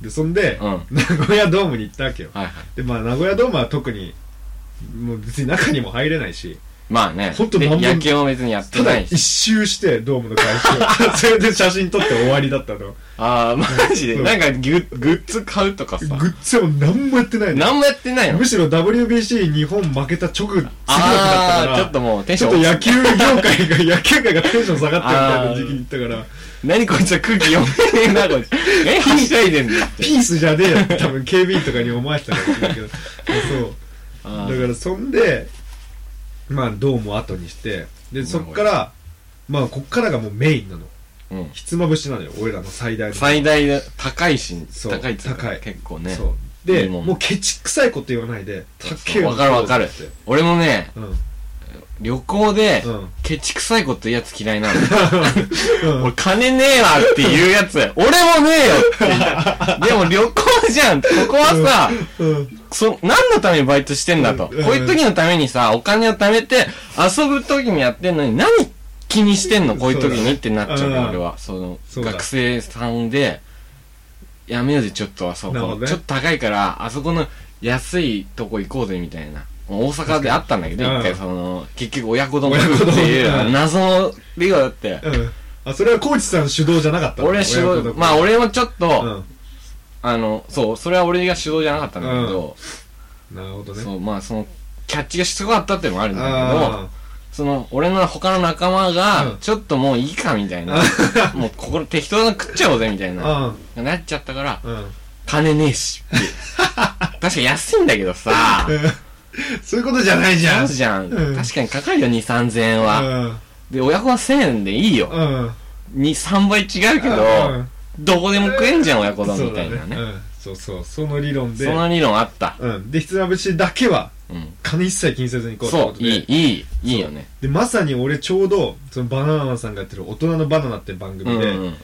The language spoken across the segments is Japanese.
でそんで、うんはい名古屋ドームに行ったわけよはいでまあ名古屋ドームは特にもう別に中にも入れないしまあねほんとでなんも野球も別にやってただない一し周してドームの会 をそれで写真撮って終わりだったのああマジでうんなんかグッグッズ買うとかさグッズはもう何もやってないの何もやってないのむしろ WBC 日本負けた直次の日だったあかあちょらっともうテンちシょョっンと落ち野球業界が、 野球界がテンション下がってるみたいな時期に行ったから、何こいつは空気読めねえなこ いつえはしゃいでんだってピースじゃねえよって多分警備員とかに思わせたかもしれないけど。そう。あだーからそんで、まあどうも後にして、で、そっから、まあこっからがもうメインなの。うんひつまぶしなのよ、俺らの最大の。最大だ高いしそう高いっつうか高い結構ねそう。で、いいもんもうケチくさいこと言わないで、たっけえわかるわかる俺もねうん。旅行でうんケチくさいこと言うやつ嫌いなのうん。俺金ねえわって言うやつ、俺もねえよって言 う。でも旅行じゃん。ここはさ、うん。そ、何のためにバイトしてんだと。こううんいう時のためにさ、お金を貯めて、遊ぶ時にやってんのに、何気にしてんのこういう時そうだにねってなっちゃううんの、俺は。その、そうだ学生さんで、やめようぜ、ちょっとあそなるほどこ。ねちょっと高いから、あそこの安いとこ行こうぜ、みたいな。大阪であったんだけど、うん一回その、結局親子丼食うって親子い丼う、謎の理由だって。うん。あ、それはコーチさん主導じゃなかったの俺は主導、まあ、俺もちょっと、親子だからあの、そう、それは俺が主導じゃなかったんだけど、うん。なるほどね。そう、まあその、キャッチがしつこかったっていうのもあるんだけど、あその、俺の他の仲間うがん、ちょっともういいかみ たいな、もうここ適当なの食っちゃおうぜみたいな、あ。なっちゃったから、うん。うん。金ねえし って。確か安いんだけどさ、そういうことじゃないじゃそん。うじゃん。うん確かに高いよ、2、3000円は。うで、親子は1000円でいいよ。ん。うん。 2、3倍違うけうんど、どこでも食えんじゃん、親子丼みたいなそうだね。うんそうそう。その理論で。その理論あった。うん。で、ひつまぶしだけは、うん。金一切気にせずに行こうってそこう、とで。いい、いい、いいよね。で、まさに俺ちょうど、そのバナナマンさんがやってる大人のバナナって番うん組うで、ん。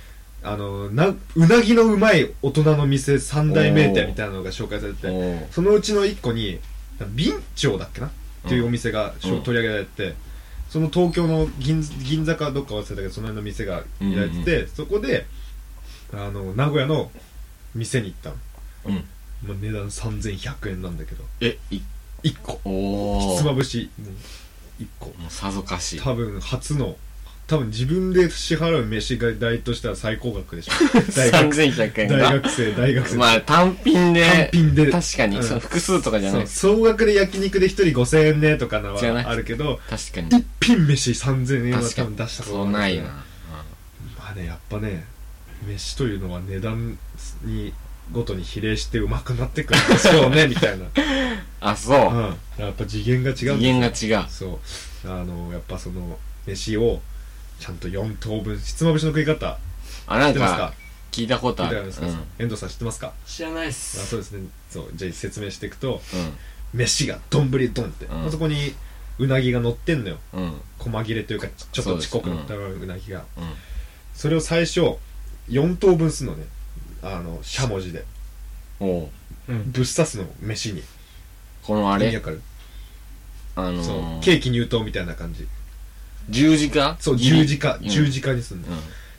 あの、な、うなぎのうまい大人の店三大名店みたいなのが紹介されておて、ーそのうちの一個に、備長だっけなっていうお店が、しょうん取り上げられてて、その東京の銀銀座かどっか忘れたけど、その辺の店がやられてて、そこで、あの、名古屋の店に行ったの。うん。まあ、値段3100円なんだけどえ、い、 1個おひお。つまもぶし1個うさぞかしい。多分初の多分自分で支払う飯が代としたら最高額で しょ大学3100円大が。学生大学生、まあ、単品で。単品で確かうに、んその複数とかじゃなそ。いう総額で焼肉で1人5000円ねとかのじゃないはあるけど確かに。一品飯3000円は確か多分出に。したこそとうないけどな。まあねやっぱね飯というのは値段にごとに比例してうまくなってくるんでしょうねみたい な、う、あ、そうんやっぱ次元が違うんだ。次元が違う。そうあのやっぱその飯をちゃんと4等分ひつまぶしの食い方あ、な知っんてますかか、聞いたこと聞いあてある。りうまん。すか、遠藤さん知ってますか知らないっあそすうですねそうじゃあ説明していくとう飯が丼ドンって、うんあそこにうなぎが乗ってんのよん。うん。細切れというかちょっとちっこくなったうなぎがうん。それを最初4等分するのねあのしゃもじでおうぶっ刺すの飯にこのあ意味れわ、かるあのそうー、ケーキ入刀みたいな感じ十字架そう十字架うん十字架にすんのうん。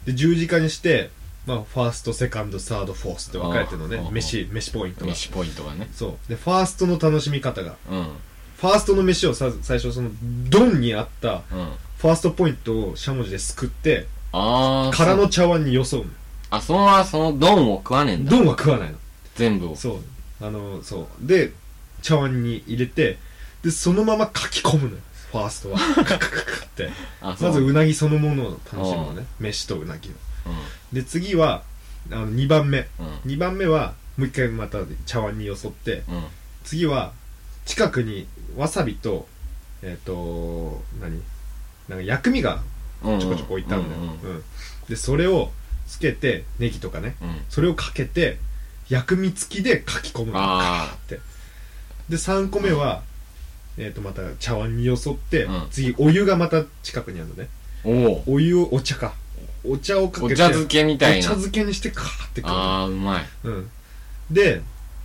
で十字架にして、まあ、ファーストセカンドサードフォースって分かれてるのあねあ飯飯ポイントが飯ポイントがね。そうでファーストの楽しみ方がうん。ファーストの飯をさ最初そのドンにあったうん。ファーストポイントをしゃもじですくってあー。空の茶碗によそうあ、そのままその丼を食わねえんだ。ドンは食わないの全部を。そうあのそうで茶碗に入れてでそのまま書き込むのよファース トはカカカカカってあ、そう。まずうなぎそのものを楽しむのね飯とうなぎをで次はあの2番目うん。うん。 2番目はもう一回また茶碗によそってうん。次は近くにわさびとえっ、と何なんか薬味がちょこちょこ置いたんだよ、うんうんうんでそれをつけてネギとかねうんそれをかけて薬味付きでかき込むのあカーってで3個目は、えっとまた茶碗によそって、うん次お湯がまた近くにあるのねおおお湯をお茶かお茶をかけおて茶漬けみたいお茶な漬けにしてカーってくるああうまいうん、で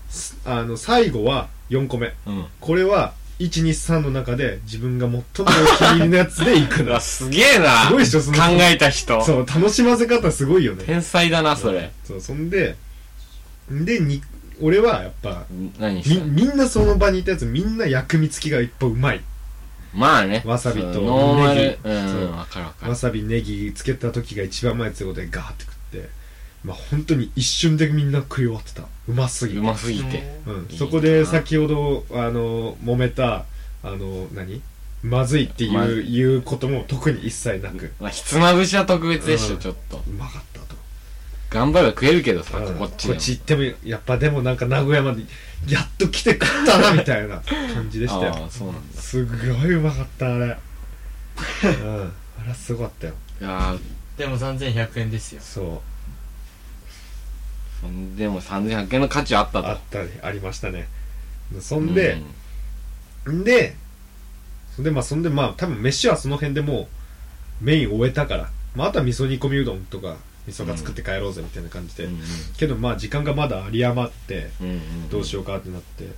すあの最後は4個目うんこれは123の中で自分が最もお気に入りのやつでいくうのわすげえなすごいっ しょそ考のえた人そう楽しませ方すごいよね天才だなそれそうそんででに俺はやっぱ何しみたみんなその場にいたやつみんな薬味付きがいっぱいうまいまあね。わさびとそうノーマネギそル。う、うんわかるわかるわ。さびネギつけた時が一番うまいってことでガーって食ってまあ本当に一瞬でみんな食い終わってたうますぎうますぎて。うん、いいなそこで先ほどあの揉めたあの何まずいっていう,、まずいうことも特に一切なくまあ、ひつまぶしは特別でしうょ、んちょっと。うまかったと頑張れば食えるけどさ、うんこっちこでっもち行ってもやっぱでもなんか名古屋までやっと来て食った なみたいな感じでしたあよあ、そうなんだ。すごいうまかったあ れうんあれすごかったよいやでも3100円ですよそうーそんでも3100円の価値あったとあ。ったねありましたねそんで、んで、そんで、まあ、そんで、まあ、多分飯はその辺でもうメイン終えたから、まあ、あとは味噌煮込みうどんとか、味噌が作って帰ろうぜみたいな感じうで、ん、けど、まあ、時間がまだ有り余って、うんうんどうしようかってなって、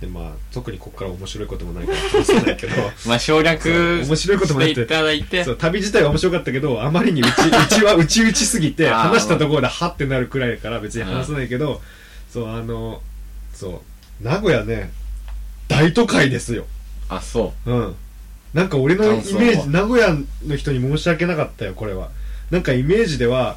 で、まあ、特にここから面白いこともないから、気にしてないけ ど、うん。まあ、省略そう面白いこともやってしていただいてそ。う、旅自体は面白かったけど、あま りにうち、うちは、うちうちすぎて、あー話したところでハってなるくらいだから別に話さないけど、そう、あの、そう、名古屋ね、大都会ですよ。あ、そうん。なんか俺のイメ感ー想ジ、名古屋の人に申し訳なかったよ、これは。なんかイメージでは、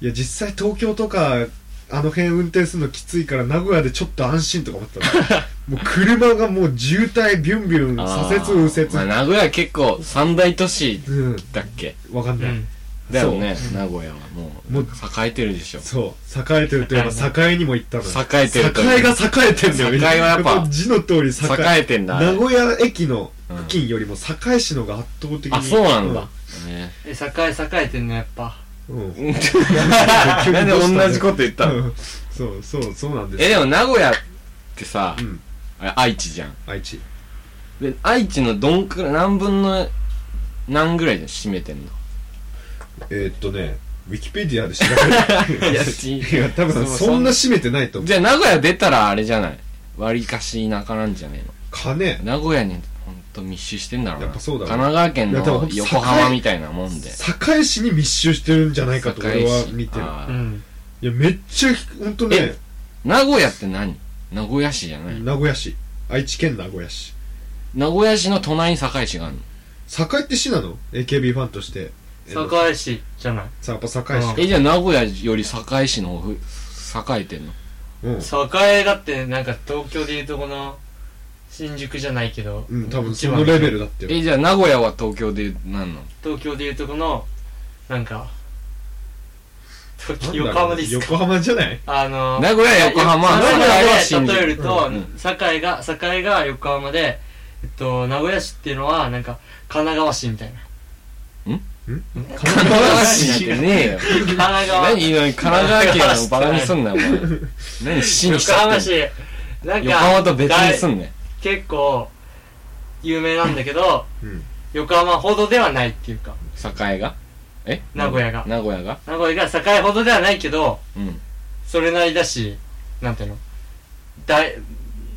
いや、実際東京とか、あの辺運転するのきついから、名古屋でちょっと安心とか思ってたの もう車がもう渋滞、ビュンビュン、う。あー左折、右折。まあ、名古屋結構三大都市うん。だっけわかんうない。んだよね、名古屋はもう、もう栄えてるでしょ。そう。栄えてるといえば、栄えにも行ったのよ。栄えてるという栄えが栄えてんだよね。栄えはやっぱ字の通り栄栄えてんだ。名古屋駅の付近よりも栄市のが圧倒的に。あ、そうなんだ。ねえ栄え栄えてんのやっぱうん。うん。なんで同じこと言ったのうんそうそうそうなんですえ、でも名古屋ってさう、んあれ愛知じゃん。愛知で、愛知のどんくらい、何分の、何ぐらいで占めてんのえー、っとねウィキペディアで調べるいやちいや多分そうそんな占めてないと思うじゃあ名古屋出たらあれじゃない割りかし田舎なんじゃね金えの名古屋にほんと密集してんだろうな。やっぱそうだろう神奈いやでも川ほ県んのと横浜みたいなもんで。堺市に密集してるんじゃないかと俺は栄えし見てるあうーんいやめっちゃ本当ね名古屋って何名古屋市じゃない名古屋市愛知県名古屋市名古屋市の隣に堺市があるの堺って市なの AKB ファンとしてえー栄市じゃないさやっぱ堺市うんえ、じゃあ名古屋より堺市の方ふ、栄えてんのうん栄だってなんか東京でいうとこの新宿じゃないけどうん多分一そ番のレベルだってよえ、じゃあ名古屋は東京で何なの東京でいうとこのなんか東なんだろう京横浜ですか横浜じゃないあの名古屋横浜名古名古屋は屋新で宿例えるとうん堺が堺が横浜でえっと名古屋市っていうのはなんか神奈川市みたいな神奈川市なんてねえよ。神奈 川何今神奈川県をバカにすんなよ、お前。 何市にし横ちゃ浜ってんの市なん横浜とか別にすんね結構有名なんだけどうん横浜ほどではないっていうか栄がえ名古屋が名古屋が名古屋が栄ほどではないけどうん。それなりだしなんていうの大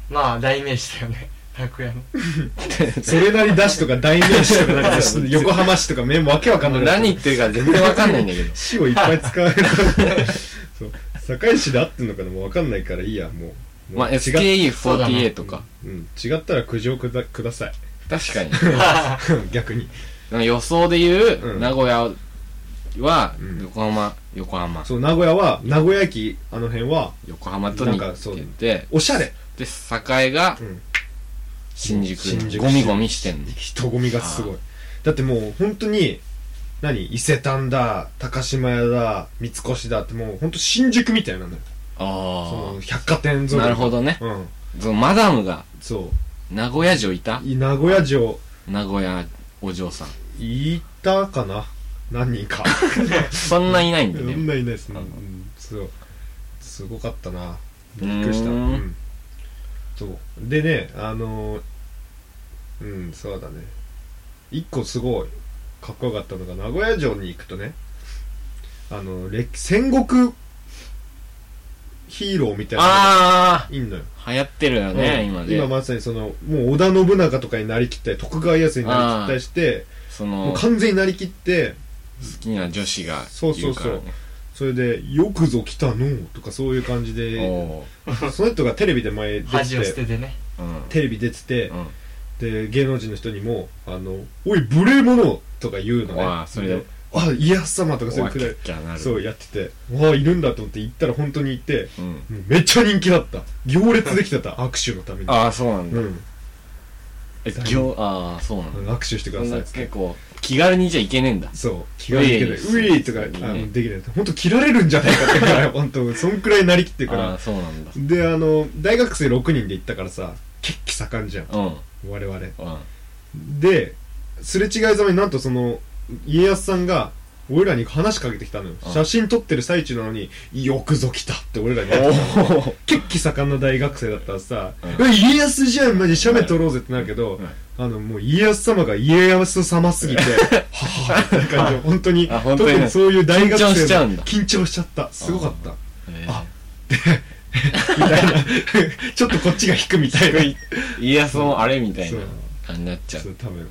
まあ代名詞だよね 名 古屋のそれなりだしとか代名詞とかなん か横浜市とかもわけわかんない何言ってるか全然わかんないん だけど。死をいっぱい使うそう堺市で合ってんのかなもう分かんないからいいやもうもうまあ、違っ SKE48 とか。うん、違ったら苦情くだください 確かに。逆になんか予想で言うう、ん名古屋はうん横浜、横浜。そう名古屋は名古屋駅あの辺は横浜とになんかってそう言って、おしゃれ、で、栄がうん、新新宿。宿ゴミゴミしてんの。人混みがすごいだってもう本当に何伊勢丹だ高島屋だ三越だってもう本当新宿みたいなのよそあの百貨店沿いあ。なるほどね。うんそのマダムが、そ名古屋城いたうい名古屋城名古屋お嬢さん。いたかな何人かそんないないんだそよんね。ないないですね、うんうん、そうすごかったなうびーんっくりしたうんそうでねあのーうんそうだね一個すごいかっこよかったのが名古屋城に行くとねあの歴戦国ヒーローみたいなあのがいんのよ、あ流行ってるよね、今今で。まさにそのもう織田信長とかになりきったり徳川家康になりきったりしてそもの、う好完全になりきってきな女子がそういそうるかそらうね。それで「よくぞ来たの」とかそういう感じでおその人がテレビで前出恥を捨ててててねうんテレビ出ててうんで芸能人の人にも「あのおい無礼者!」とか言うのねわあそれでであイエス様」とかそういうおわくけらっきゃないるそうやってて「わあいるんだ」と思って行ったら本当に行ってうんもうめっちゃ人気だった行列できて た握手のためにああそうなんうだんえ今日ああそうなんだ握手してくそだんさないっつって結構気軽にじゃいけねえんだそう気が抜けない「ウウィーィー」とかあうんのできない本当切られるんじゃないかってぐ らい本当そんくらいなりきってるかああらそうなんだであの大学生6人で行ったからさ血気盛んじゃんうんうん我々ですれ違いざまになんとその家康さんが俺らに話しかけてきたのようん写真撮ってる最中なのに「よくぞ来た」って俺らにおお血気盛んな大学生だったらさ「うえ家康じゃんマジ写メ撮ろうぜ」ってなるけど、あのもう家康様が家康様すぎ てはぁはぁって感じで本当にあ本当にね特にそういう大学生の緊張しちゃうんだ緊張しちゃったすごかったあみたいな ちょっとこっちが引くみたいな家康もあれみたいなそう感じになっちゃうそうう多分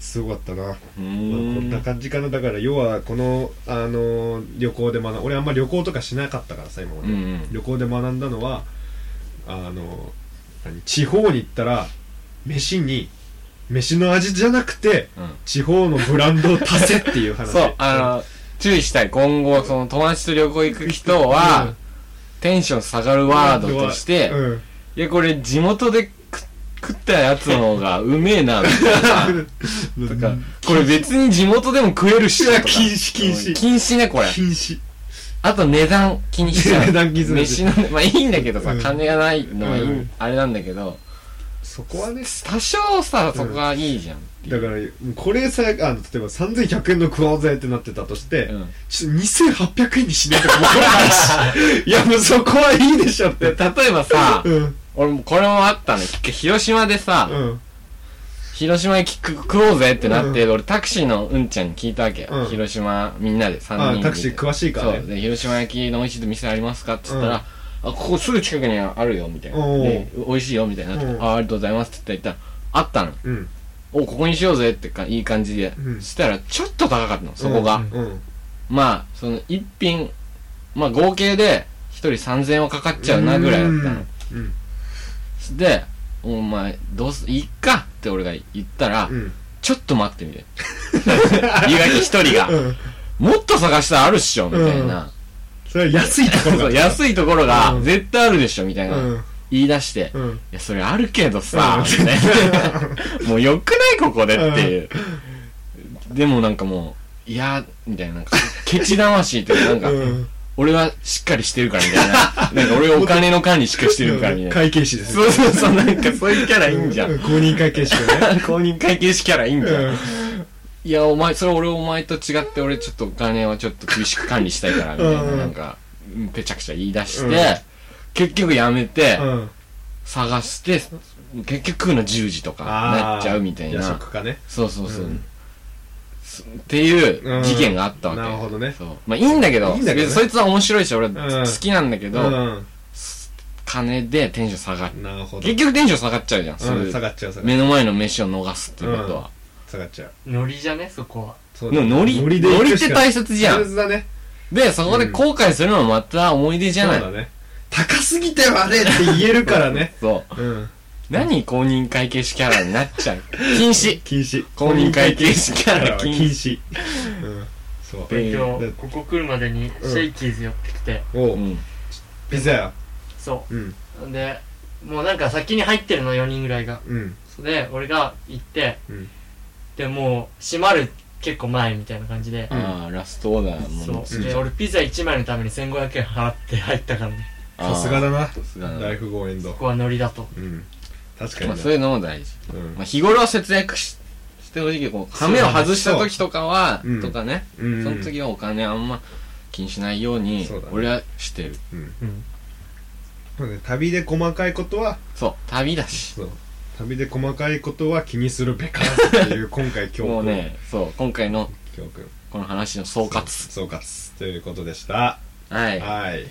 すごかったな、まあ、うこーんんな感じかなだから要はこの、あのー旅行で学ん俺あんま旅行とかしなかったからさ今まで、うんうん旅行で学んだのはあの何地方に行ったら飯に飯の味じゃなくてうん地方のブランドを足せっていう話そうあの注意したい今後その友達と旅行行く人うはんテンション下がるワードとしてうんいやこれ地元で食食ったやつの方がうめえなみたいな とかこれ別に地元でも食えるしいやとか禁止禁止禁止ねこれ禁止あと値段気にしちゃう。値段気にする飯の、まあいいんだけどうさ、ん金がないのはいい、うんあれなんだけど、そこはね多少さ、そこはいいじゃん。だからこれさあの例えば3100円のクワウザってなってたとして、うんちょっと2800円にしないとかもこれないしいやもうそこはいいでしょってで例えばさ、うん俺もこれもあったの。広島でさ、うん広島駅食食おうぜってなって、俺タクシーのうんちゃんに聞いたわけよ。うん広島みんなで3人あで。タクシー詳しいからそう。ねで、広島焼きの美味しい店ありますかって言ったら、あ、ここすぐ近くにあるよ、みたいな。おうで、美味しいよ、みたいになって、うんあ、ありがとうございますって言ったら、あったの。うんお、ここにしようぜってか、いい感じで。うんしたら、ちょっと高かったの、そこが。うんうんまあ、その、一品、まあ、合計で、一人3000円はかかっちゃうな、ぐらいだったの。うんで、お前、どうす、いっかって俺が言ったら、うんちょっと待ってみ て。意外に一人が、うんもっと探したらあるっしょ、みたいな。それは安いとこそうろそだう、安いところがう、ん絶対あるでしょ、みたいな。うん言い出して、うんいや、それあるけどさ、うんみたい なもうよくないここでっていう。でもなんかもう、いや、みたいな、なんか、ケチ魂っていうかなんか、うん俺はしっかりしてるからみたいな。なんか俺お金の管理しっかりしてるからみたいな。会計士ですそうそうそう、なんかそういうキャラいいんじゃ。うん公認会計士がね公認会計士キャラいいんじゃん。ういや、お前、それ俺お前と違って俺ちょっとお金はちょっと厳しく管理したいから、みたいな、うんなんか、うんぺちゃくちゃ言い出して、うん結局やめて、んうん探して、結局食うの10時とかなっちゃうみたいあー夜な。食かねそうそうそう。うんすっていう事件があったわけ。うんなるほどねそう。まあいいんだけど、いいんだけどね別にそいつは面白いし、俺好きなんだけうど、ん金でテンション下がる。なるほど結局テンション下がっちゃうじゃん。そうういんう下がっちゃう下がっ目の前の飯を逃すっていうことは。下がっちゃうノリじゃねそこはそうだのノリ、ノリで行くってしか大切じゃ大ん。切だねで、そこで後悔するのはまた思い出じゃない。そうだね高すぎてはねって言えるからねそう。うん何公認会計士キャラになっ ちゃう。禁止。禁止公認会計士キャラ禁禁止。止うんそうえー今で日ここ来るまでにシェイキーズ寄ってきて、おうう。んピザやそうんうでもうなんか先に入ってるの4人ぐらいがうんそれで俺が行って、うんでもう閉まる結構前みたいな感じで、ああ、ラストオーダーもそうでうん俺ピザ1枚のために1500円払って入ったからねさすがだなさすがだなライフゴーエンドここはノリだとうん確かまあ、にそうねいうのも大事。うんまあ、日頃は節約ししてほしいけど、こう、亀を外した時とかは、そうとかね、うんその時はお金あんま気にしないようにそうだね、俺はしてる。うんうんそうね旅で細かいことはそう、旅だし。そう旅で細かいことは気にするべからずっていう今回教訓もうね、そう、今回の教訓この話の総括。総括ということでしたはい。はい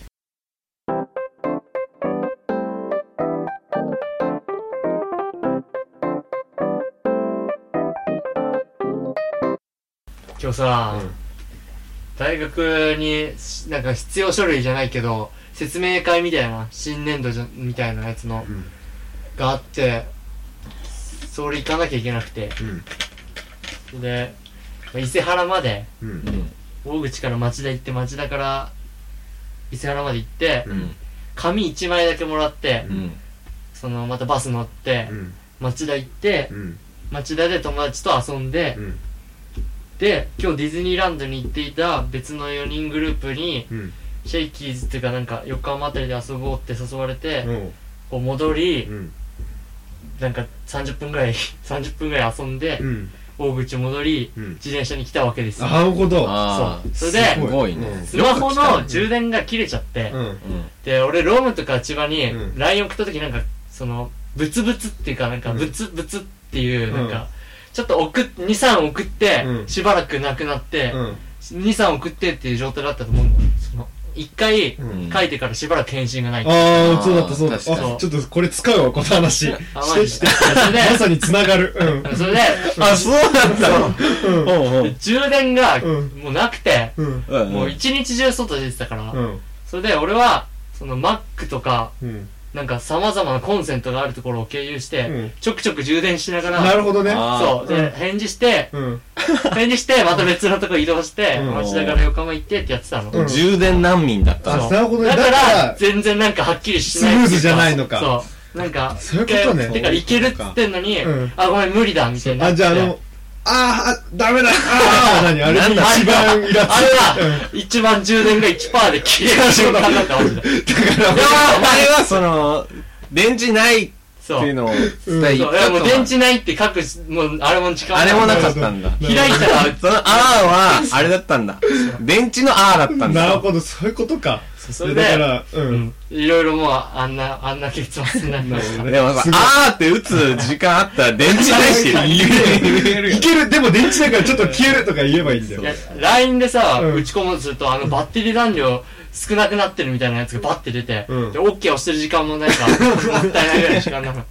今日さ、うん大学にしなんか必要書類じゃないけど説明会みたいな新年度じゃみたいなやつのうんがあってそれ行かなきゃいけなくてうんでまあ伊勢原までううんん大口から町田行って町田から伊勢原まで行ってううんん紙1枚だけもらってうんそのまたバス乗ってうん町田行ってうん町田で友達と遊んでうんで今日ディズニーランドに行っていた別の4人グループにうんシェイキーズっていうかなんか横浜あたりで遊ぼうって誘われて、うんこう戻りうんなんか30分ぐらい 30分ぐらい遊んで、うん大口戻りうん自転車に来たわけですよあなるほどああそれですごいうんねスマホの十充電が切れちゃって、うんうんで俺ロームとか千葉にうん LINE 送った時なんかそのブツブツっていうかなんかうんブツブツっていううんなんか、ちょっと送っ23送って、うんしばらくなくなって、うん23送ってっていう状態だったと思うんだよその1回うん書いてからしばらく返信がないああそうだったそうだった確かにあちょっとこれ使うわこの話しあマジてでしてそれでまさに繋がる それで、あそうなんだうんうんおうおで充電がうんもうなくて、うんうんもう一日中外出てたから、うんそれで俺は、その Mac とか、うんなんか様々なコンセントがあるところを経由して、うんちょくちょく充電しながら、なるほどねあそう、うで、ん返事して、うん返事して、また別のとこ移動して、うん町田から横浜行ってってやってたの。うん充電難民だったあのそうなるほどねだかだからら、全然なんかはっきりしないってスムいうか。ーズじゃないのかそう。なんか、そういうことね一回てか、行けるっつってんのに、うんあ、ごめん、無理だ、みたいになっあて。じゃああのあーあダメだあー何あれなんだ一番イラつあれうんは、一番充電が1%で切れる瞬間だった、マジで。だからお前はその電池ないってそう。いうのを伝うえん言そっういやもう電たと池ないって書くし、もうあれも時間あれもなかっかったんだる開いたら、その「あ」はあれだったんだ電池の「あ」だったんなるだほどそういうことかそうそれでだからううんん、いろいろもうあんな、あんな結末になり ました。でもさすごいあーって打つ時間あったら電池ないし言え言えるよいけるでも電池だからちょっと消えるとか言えばいいんだよいや LINE でさ、うん打ち込もうとすると、あの、バッテリー残量少なくなってるみたいなやつがバッて出て、うんで、OK 押してる時間もなんか、もったいないぐらいの時間なの。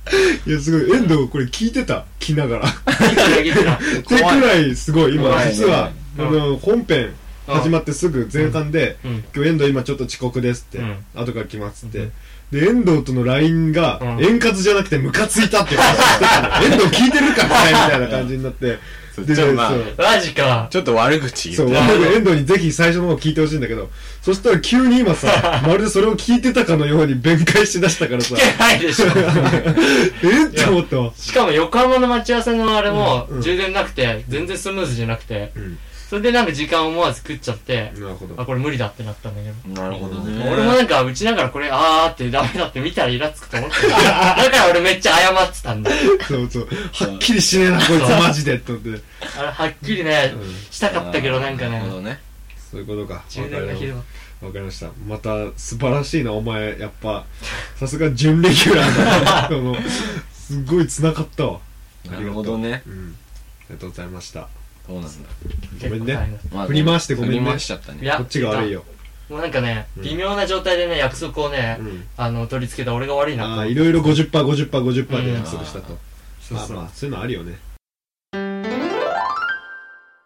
いやすごい遠藤これ聞いてた着ながらいくらいくら。ってく らいすごい今怖い実はあうんの本編始まってすぐ前半でうん。 「今日遠藤今ちょっと遅刻です」ってうん「後から来ます」っうてんで遠藤との LINE がうん円滑じゃなくてムカついたっていう話して たの遠藤聞いてるかこれみたいな感じになってそうでちょっとまあそうマジか。ちょっと悪口そ言うう僕遠藤にぜひ最初の方聞いてほしいんだけどそしたら急に今 さまるでそれを聞いてたかのように弁解しだしたからさ聞けないでしょ。えって思ったわしかも横浜の待ち合わせのあれもうんうん充電なくて、全然スムーズじゃなくて、うんそれでなんか時間思わず食っちゃって、なるほあ、これ無理だってなったんだけど。なるほどね俺もなんか、打ちながらこれ、あーってダメだって見たらイラつくと思ってた。だから俺めっちゃ謝ってたんだよ。そうそうはっきりしねえなこいつマジでって思ってうんあれ、はっきりね、したかったけどなんかなるほね、どねそういうことか充電がひどかったわかりました。また、素晴らしいな、お前。やっぱ、さすが準レギュラーだな。 その、すごい繋がったわ。ありがなとうるほどねうん。ありがとうございました。そうなんだごめん結構大変だねっ。まあ振り回してごめんね振り回しちゃったねいやこっちが悪いよ。たもうなんかね、うん微妙な状態でね、約束をねう、ん。あの、取り付けた俺が悪いなとあ思っあ、ていろいろ50%、50%、50%で約うん束したと。そうまあそうまあ、そういうのあるよね。